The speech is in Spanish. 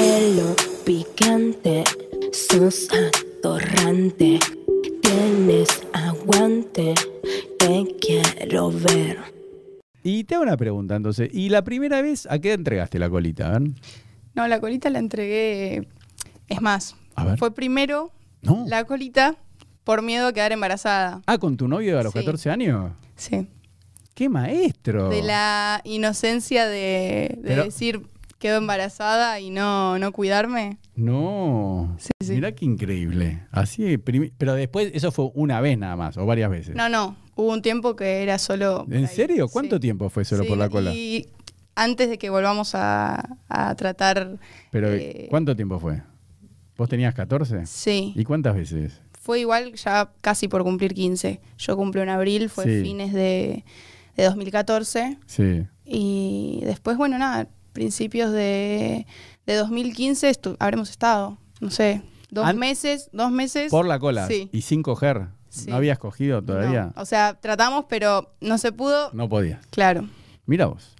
pelo picante, sos atorrante, tienes aguante, te quiero ver. Y te hago una pregunta entonces. ¿Y la primera vez a qué entregaste la colita? A ver. No, la colita la entregué. Es más, A ver. fue primero No. la colita por miedo a quedar embarazada. Ah, con tu novio a los Sí. 14 años. Sí. ¡Qué maestro! De la inocencia de, de Oh. Pero- decir quedo embarazada y no, no cuidarme. No. Sí, sí. Mirá qué increíble. Así, primi- pero después eso fue una vez nada más, o varias veces. No, no. Hubo un tiempo que era solo. por ¿En ahí. serio? ¿Cuánto Sí. tiempo fue solo Sí, por la cola? Y antes de que volvamos a, a tratar. Pero, eh, ¿cuánto tiempo fue? ¿Vos tenías 14? Sí. ¿Y cuántas veces? Fue igual ya casi por cumplir 15. Yo cumplí en abril, fue Sí. fines de, de 2014. Sí. Y después, bueno, nada, principios de, de 2015 estu- habremos estado, no sé, dos An- meses, dos meses. Por la cola. Sí. ¿Y sin coger? Sí. ¿No habías cogido todavía? No, O sea, tratamos, pero no se pudo. No podías. Claro. Mira vos.